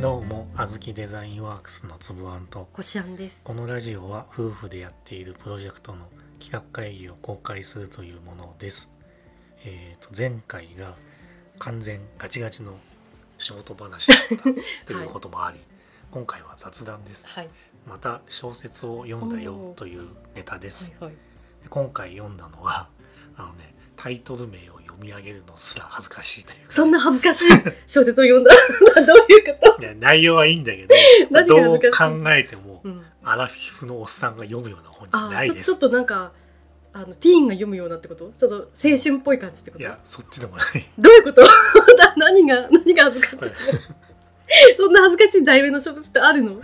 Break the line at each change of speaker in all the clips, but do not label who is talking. どうもあずきデザインワークスのつぶあんと
こしあんです。
このラジオは夫婦でやっているプロジェクトの企画会議を公開するというものです。えー、と前回が完全ガチガチの仕事話だったということも あり、今回は雑談です。
はい、
また小説を読んだよというネタです。
はい、はい。
で今回読んだのはあのねタイトル名を読み上げるのすら恥ずかしいというか
そんな恥ずかし い小説を読んだ。どういうこ
いや内容はいいんだけ ど
何が
ど
恥
う
ずかしい
考えても
と。うん、
アラフィフのおっさんが読むような本じゃ
あ
な
ー、ち
い
ょ、
で
ちょっ
す。
となんか。あのティーンが読むようなってこと、ちょっと青春っぽい感じってこ
い
と。
やそっちでもない。
どういうこと。 な何が、何が恥ずかしい。そんな恥ずかしい題名の小説ってあるの。 よ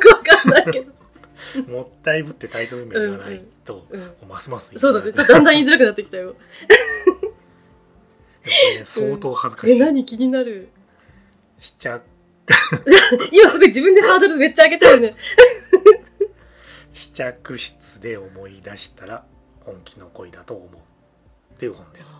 くわかんないけど。
もったいぶってタイトル名がないと、
うん。
ますますいい
そうだね、ちょっとだんだん言いづらくなってきたよ。
でもこれ相当恥ずかし
え、
い。
何気になる。
しちゃ
今すごい自分でハードルめっちゃ上げたよね。
試着室で思い出したら本気の恋だと思うっていう本です。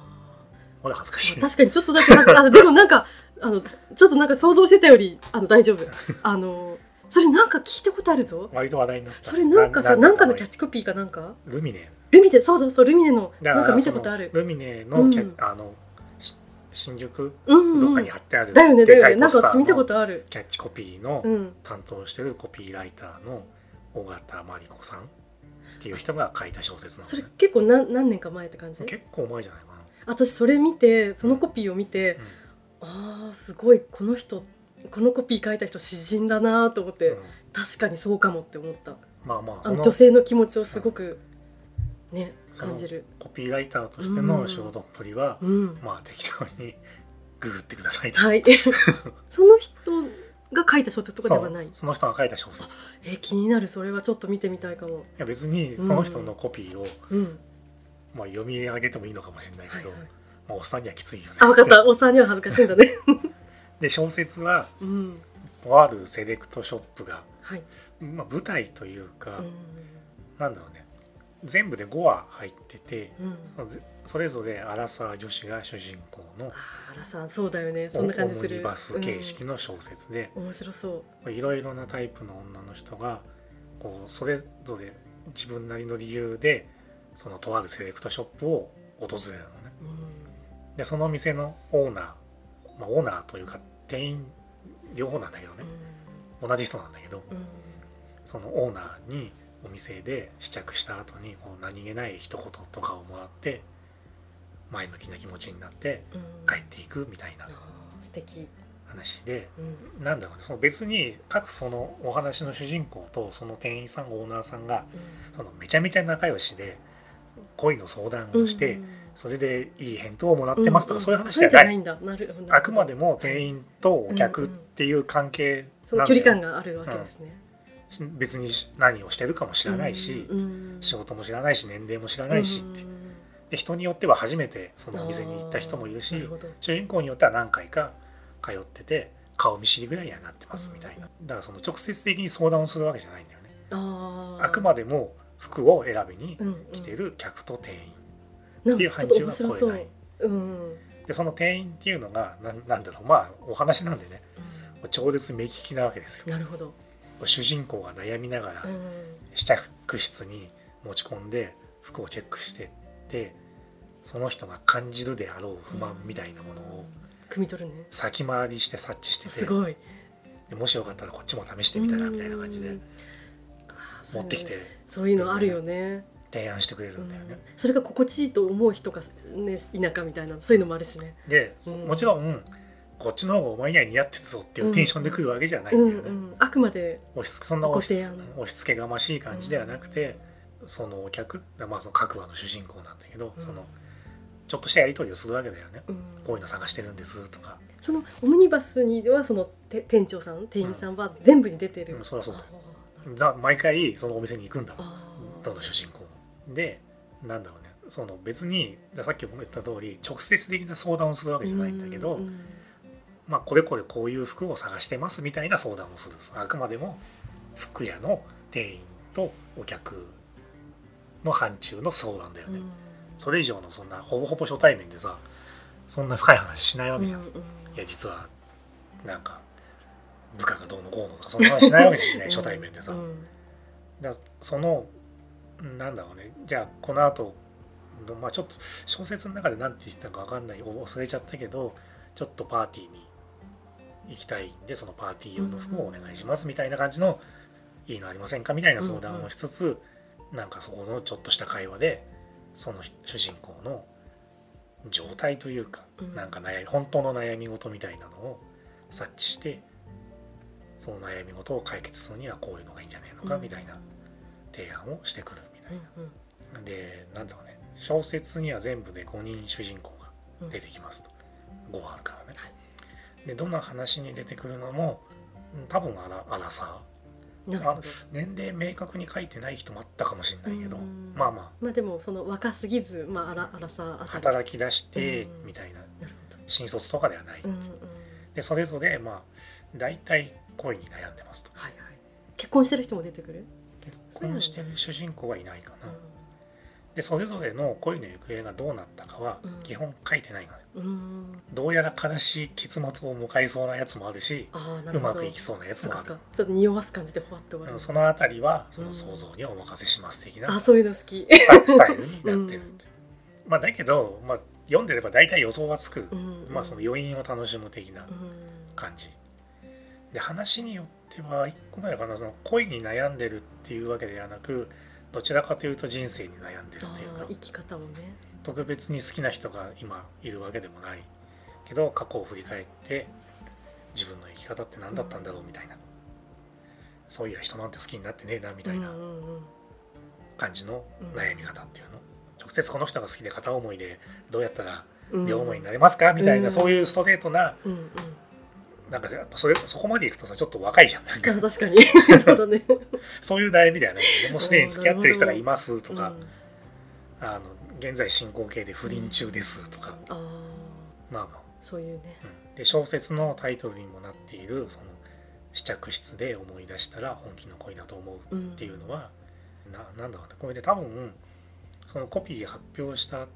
これ恥ずかしい。
確かにちょっとだ けあでもなんかあのちょっとなんか想像してたよりあの大 丈夫あのそれなんか聞いたことあるぞ
割と話題になった。
それなんかさなんかのキャッ
チ。
チコピーかなんか
ルミネ。
ルミネそうそうそうルミネの
だ
なん
ら
か見たことある
そのルミネのキャ、
うん
あのし新宿
うん
どっ
う
か
ん
に貼ってある、
だよねだ
で
よ
か
ね
い
な
ポ
んか
スタ
私見た
ー
こ
の
とある
キャッチコピーの
うん
担当してるコピーライターの尾形真理子さんっていう人が書いた小説なの、
それ
ね、
結構何何年か前って感じ
結構前じゃないかな、
私それ見てそのコピーを見てあーすごいこの人このコピー書いた人詩人だなと思っ
うん
て、
うん
確かにそうかもって思った
まあまあ
あ
そ
の
の
女性の気持ちをすごくね
その
感じる
コピーライターとしての仕事っぷりは、
うん
まあ適当にググってくださいと
はい。その人が書いた小説とかではない
そう。その人が書いた小説い
えー気になる。それはちょっと見てみたいかも。
や別にその人のコピーを、
うん。
まあ、読み上げてもいいのかもしれない
は
け
い
ど、
はい。
まあ、おっさんにはきついよね
あ、わかった。おっさんには恥ずかしいんだね。
で小説は
うん。
とあるセレクトショップが、
はい。
まあ、舞台というか、
うん。
なんだろうね全部で5話入ってて
うん。
そのぜそれぞれアラサー女子が主人公の
あらさん、そうだよね。
オ
そん
ム
な感じす
ニ
る。
バス形式の小説で
うん面白そう。
いろいろなタイプの女の人がこうそれぞれ自分なりの理由でそのとあるセレクトショップを訪れるのね。
うん。
でその店のオーナー、まあ、オーナーというか店員両方なんだけどね同じ人なんだけど
うん。
そのオーナーにお店で試着した後にこう何気ない一言とかをもらって前向きな気持ちになって
うん。
帰っていくみたいな
あー素敵。
話で
うん。
なんだろうねその別に各そのお話の主人公とその店員さんオーナーさんがそのめちゃめちゃ仲良しで恋の相談
う
を
ん
して
うん
それでいい返答をもらってますとか
んん
そういう話じゃない
んだ。なる。
あくまで
も。
も店員とお客っていう関係
そ
な
の
んだよ
距離感があるわけですね。
別に何をしてるかも知らないし、
うん。
仕事も知らないし年齢も知らないしって
うん。
で人によっては初めてそのお店に行った人もいる
あーな
し
るほど
主人公によっては何回か通ってて顔見知りぐらいにはなってますみたいなだからその直接的に相談をするわけじゃないんだよね
あ
あくま
で
でも服を選びに来
来
てる客と店員
っ
っていう範疇は超えない
うん
でその店員っていうのがなんなんだろうまあお話なんでね超絶目利きなわけですよ
なるほど、
主人公が悩みながら
うん、
試着室に持ち込んで服をチェックしてってその人が感じるであろう不満みたいなものを
汲み取るね
先回りして察知して
す
て
ごい
でもしよかったらこっちも試してみたらみたいな感じ
う
で
んあーそう
持ってきて
そういうのあるよね
提案してくれるんだよね
うん。それが心地いいと思う人がね田舎みたいなそういうのもあるしね
でそ
うん
もちろんこっちの方がお前には似合ってるぞっていうテンションで来るわけじゃない
うんん
だよ
う
ね。
んあくまで
押しつそんな押し
ご提
つ
案
押し付けがましい感じではなくてそのお客まあその各話の主人公なんだけど
うん
そのちょっとしたやり取りをするわけだよね。
うん
こういうの探してるんですとか、
そのオムニバスにはそのて店長さん店員さんは全部に出てる、
うんそりゃそうだよ
あ
ざ毎回そのお店に行くんだ
ーあー
どの主人公もでなんだろうねその別にださっきも言った通り直接的な相談をするわけじゃないんだけど、
うんうん
まあ、これこれこういう服を探してますみたいな相談をするあくまでも服屋の店員とお客の範疇の相談だよね、
うん
それ以上のそんなほぼほぼ初対面でさそんな深い話しないわけじゃん、
うんうん
いや実はなんか部下がどうのこうのとかそんな話しないわけじゃいけない初対面でさ、
うん
だからそのなんだろうねじゃあこの後のまあちょっと小説の中で何て言ってたか分かんない忘れちゃったけどちょっとパーティーに行きたいんでそのパーティー用の服をお願いしますみたいな感じの、いいのありませんかみたいな相談をしつつ、なんかそこのちょっとした会話でその主人公の状態というか、
うん
なんか悩み本当の悩み事みたいなのを察知してその悩み事を解決するにはこういうのがいいんじゃないのか
うん
みたいな提案をしてくるみたいな。
うん
でなんだろうね小説には全部で5人主人公
う
が
ん
出てきますと、5あるからね。でどの話に出てくるのもうん多分あらあらさ
うんなるほど
年齢明確に書いてない人もあったかもしれないけど、
うん
まあま
まあでもその若すぎずまああらあらさ
あ
あたり
働き出して
うん
みたいな
なるほ
新卒とかではない、
どうんうん
でそれぞれまあ大体恋に悩んでますと
はいはい結婚してる人も出てくる
結婚してる主人公はいないかな、でそれぞれの恋の行方がどうなったかは
うん
基本書いてないのね、
うんうん
どうやら悲しい結末を迎えそうなやつもあるし
ああなる
う
ほど
まくいきそうなやつ
そう
も
か
あ
そう
る
かちょっと匂わす感じでほわっと終わ
うん
る
そのあたりはその
うん
想像にお任せします的な
あそういうの好 き
スタスタイルになってるっていう、まあだけど、まあ、読んでれば大体予想はつく、
うん
まあその余韻を楽しむ的な
うん
感じで話によっては一個前かなその恋に悩んでるっていうわけではなくどちらかというと人生に悩んでる
あ
という
あ
か
生き方もね
特別に好きな人が今いるわけでもないけど過去を振り返って自分の生き方って何だったんだろうみたいなそういや人なんて好きになってねえなみたいな
うんうんうん
感じの悩み方っていうの直接この人が好きで片思いでどうやったら
うん
両思いになれますかみたいな
うん
そういうストレートな
うんうん
なんかやっぱそれそこまでいくとさちょっと若いじゃんなんか
あ確 かにそうだね
そういう悩みではないよねもうすでに付き合ってる人がいますとか
う、ん
あの現在進行形で不倫中ですとか、
ああ
まあまあ、
そういうね
うんで小説のタイトルにもなっているその試着室で思い出したら本気の恋だと思うっていうのは、ななんだろうねこれで多分そのコピー発表した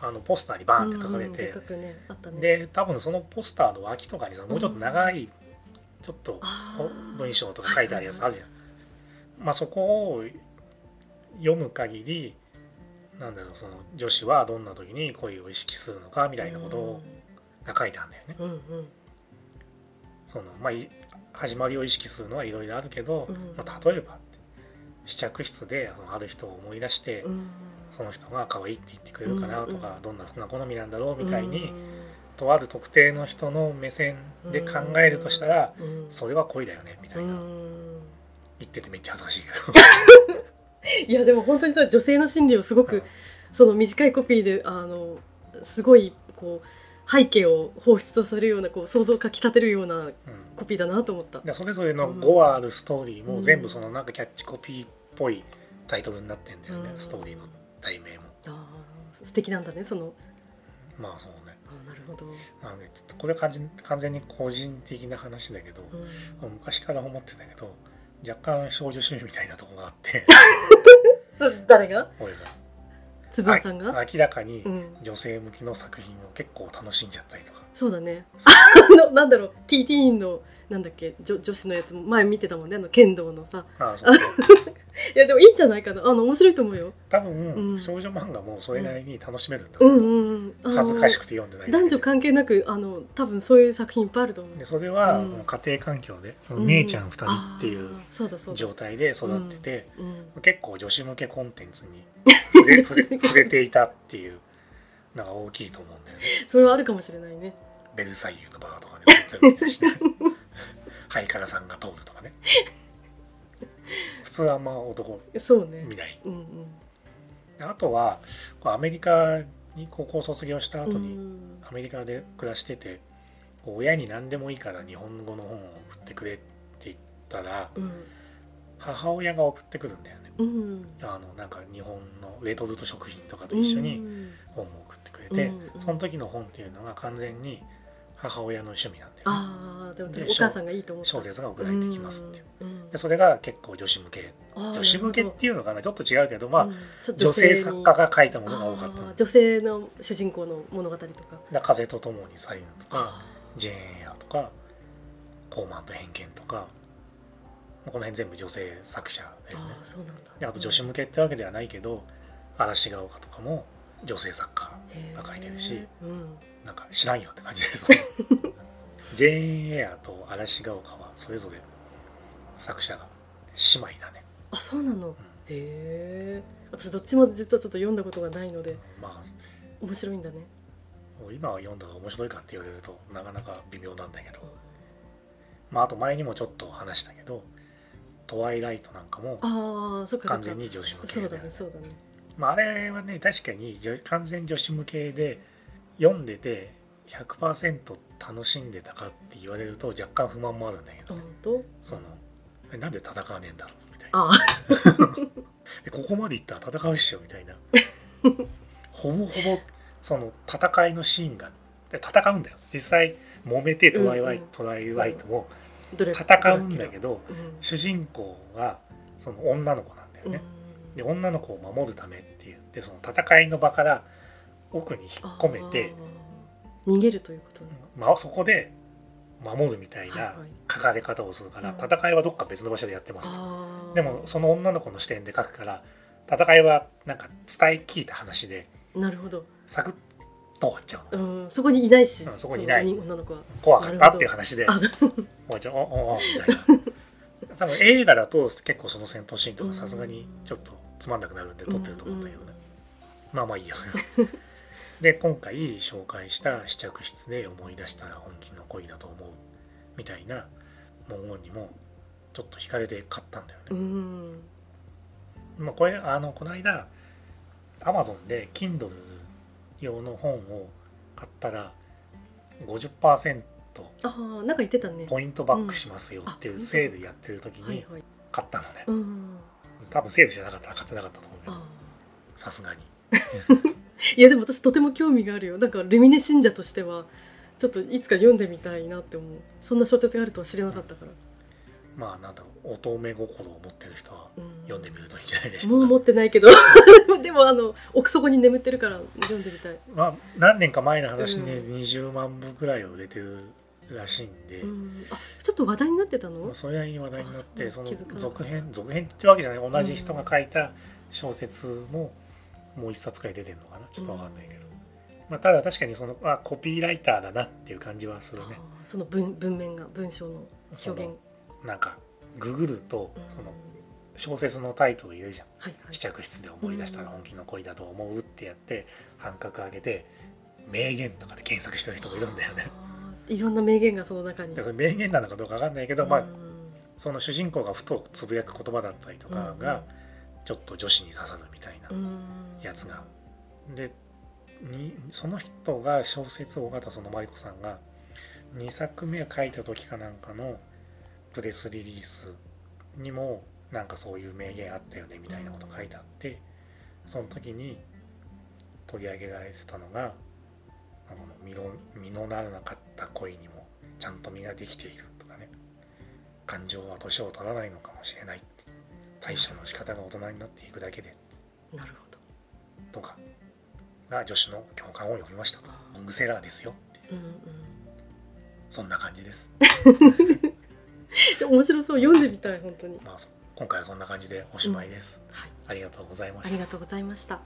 あのポスターにバーンって書かれ
うんうんで
て
か、くねあったね
で多分そのポスターの脇とかにさもうちょっと長い、ちょっと
あ
ほ
ー
文章とか書いてあるやつあるじゃん。まあそこを読む限りなんだろうその女子はどんな時に恋を意識するのかみたいなことが書いてあるんだよね。
うんうん
そのまあ、い始まりを意識するのはいろいろあるけど、
うん
まあ、例えばって試着室であのある人を思い出して、
うん
その人が可愛いって言ってくれるかなとか、
うん
どんな服が好みなんだろうみたいに、
うん
とある特定の人の目線で考えるとしたら、
うん
それは恋だよねみた
う
いな、
ん
言っててめっちゃ恥ずかしい
いやでも本当にその女性の心理をすご
けど、
くその短いコピーであのすごいこう背景を放出とされるようなこう想像をかきたてるような
うん、
コピーだなと思った。
でそれぞれの5あるストーリーも
うん
全部そのなんかキャッチコピーっぽいタイトルになってんだよね、
うん
ストーリーの題名も
あー素敵なんだねその
まあそうね
あーなるほど、
なのでちょっとこれは完全完全に個人的な話だけど、
うん
昔から思ってたけど若干少女趣味みたいなとこがあって
誰が
俺が
つぶあさんが、
あ明らかに
うん、
女性向きの作品を結構楽しんじゃったりとか、
そうだね
そう
あのなんだろう TT ィのなんだっけ女女子のやつも前見てたもんねあの剣道のさ
ああそうね
いやでもいいんじゃないかなあの面白いと思うよ
多分、
うん
少女漫画もそれなりに楽しめるんだと
う
思う、
んうんうん
恥ずかし
く
くて読んでないだけ
男
で
女関係なくあの多分そういう作品いっぱいあると思う
でそれは、
うん
もう家庭環境で、
うん
姉ちゃん2人ってい
あ
う
ーそうだそうだ
状態で育ってて、
うん
結構女子向けコンテンツ に触れ触れ触れていたっていうのが大きいと思うんだよね。
それはあるかもしれないね
ベルサイユのバーとかで全部見たし ねハイカラさんが通るとかね普通はあんま男
そうね
見ない
うんうん
であとはこうアメリカに高校卒業した後に、
うん
アメリカで暮らしててこう親に何でもいいから日本語の本を送ってくれって言ったら
うん
母親が送ってくるんだよね
うん
あのなんか日本のレトルト食品とかと一緒に本も送ってくれて、
うんうん
その時の本っていうのが完全に母親の趣味なんだよね
ああでも
で
お母さんがいいと思った
小説が送られてきますっていう
うん
でそれが結構女子向け
あー
女子向けっていうのかなちょっと違うけどま
な
あ、
るほどうんちょっと
女性
に
作家が書いたものが多かった
あ
の
ー女性の主人公の物語とか
「風と共に去りぬ」とか
あ
「ジェーン・エア」とか高慢と偏見とか、まあこの辺全部女性作者だよね
ああそうなんだ
であと女子向けってわけではないけど嵐ヶ丘とかも女性作家が書いてるし
へーうん
なんか知らんよって感じですジェーン・エアと嵐ヶ丘はそれぞれ作者が姉妹だね、
あそうなの
うん
へえ私どっちも実はちょっと読んだことがないので
ま
面白いんだね
あもう今は読んだら面白いかって言われるとなかなか微妙なんだけど、まあ、あと前にもちょっと話したけど「トワイライト」なんかも
ああそっか
完
そっ
全
か
に女子向
そ
け
う
で
だねそうだね
まあ、あれはね確かに女完全女子向けで読んでて100%楽しんでたかって言われると若干不満もあるんだけ
あ
ど、
本当
そのえなんで戦わねえんだろうみたいな
あ あ
でここまでいったら戦うっしょみたいなほぼほぼその戦いのシーンがで戦うんだよ実際揉めてトライワイ、
うんうん
トライワイトも
どれ
戦うんだけ
ど
ど
れ
主人公はその女の子なんだよ
うん
ね、
うん
で女の子を守るためって言ってその戦いの場から奥に引っ込めて
あー逃げるということね
まあ、そこで守るみたい
はい
な
はい
書かれ方をするから、
うん
戦いはどっか別の場所でやってますと
あー
でもその女の子の視点で書くから戦いはなんか伝え聞いた話で
なるほど
サクッと終わっちゃうの
うんそこにいないし
うんそこにいない
の女の子は
怖かったっていう話で
あ
もうちょおおおみたいな多分映画だと結構その戦闘シーンとかさすがにちょっとつまんなくなるんで撮ってると思うんだけどね、まあまあいいやそれはで今回紹介した「試着室で思い出したら本気の恋だと思う」みたいな文言にもちょっと惹かれて買ったんだよ
う
ね、
んうん
まあ、これあのこの間 Amazon で Kindle 用の本を買ったら50%
ああなんか言ってたね
ポイントバックしますよっていううん
あ
セールやってる時
はい
に
はい
買ったのね
うん
多分セールじゃなかったら買ってなかったと思うけど
あ
さすがに
ーいやでも私とても興味があるよなんかルミネ信者としてはちょっといつか読んでみたいなって思うそんな小説があるとは知らなかったから、
まあなんだろう乙女心を持ってる人は
うん、
読んでみるといいんじゃないでし
も
ょ
う
う
持
か、
ってないけど でもあの奥底に眠ってるから読んでみたい、
まあ、何年か前の話ね、
う
20万部くらいは売れてるらしいんで、
うん、あちょっと話題になってたの
まあ、それなりに話題になって
あ
そ
そう
の
気づかなかった
続編続編ってわけじゃない同じ人が書いた小説ももう一冊くらい出てるのかなちょっとわかんないけど、まあ、ただ確かにそのあコピーライターだなっていう感じはするね
あーその文文面が文章の表
そ
現
の、なんかググると
うん
その小説のタイトル入れるじゃん
はいはい
試着室で思い出したら本気の恋だと思うってやって半角上げて名言とかで検索してる人もいるんだよね。
あーいろんな名言がその中に
だから名言なのかどうかわかんないけど、ま
う
あ、
ん
その主人公がふとつぶやく言葉だったりとかがちょっと女子に刺さるみたいな
う。ん
やつがでにその人が小説をたその舞子さんが2作目を書いた時かなんかのプレスリリースにもなんかそういう名言あったよねみたいなこと書いてあってその時に取り上げられてたのが「あの実の実のならなかった恋にもちゃんと実ができている」とかね「感情は年を取らないのかもしれない」って「対処の仕方が大人になっていくだけで」
なるほど
とかが女子の共感を呼びましたと
あー
ロングセラーですよって
うんうん
そんな感じです
で面白そう読んでみたい本当に
まあそ今回はそんな感じでおしまいです、
はい
ありがとうございま
あ
した
りがとうございました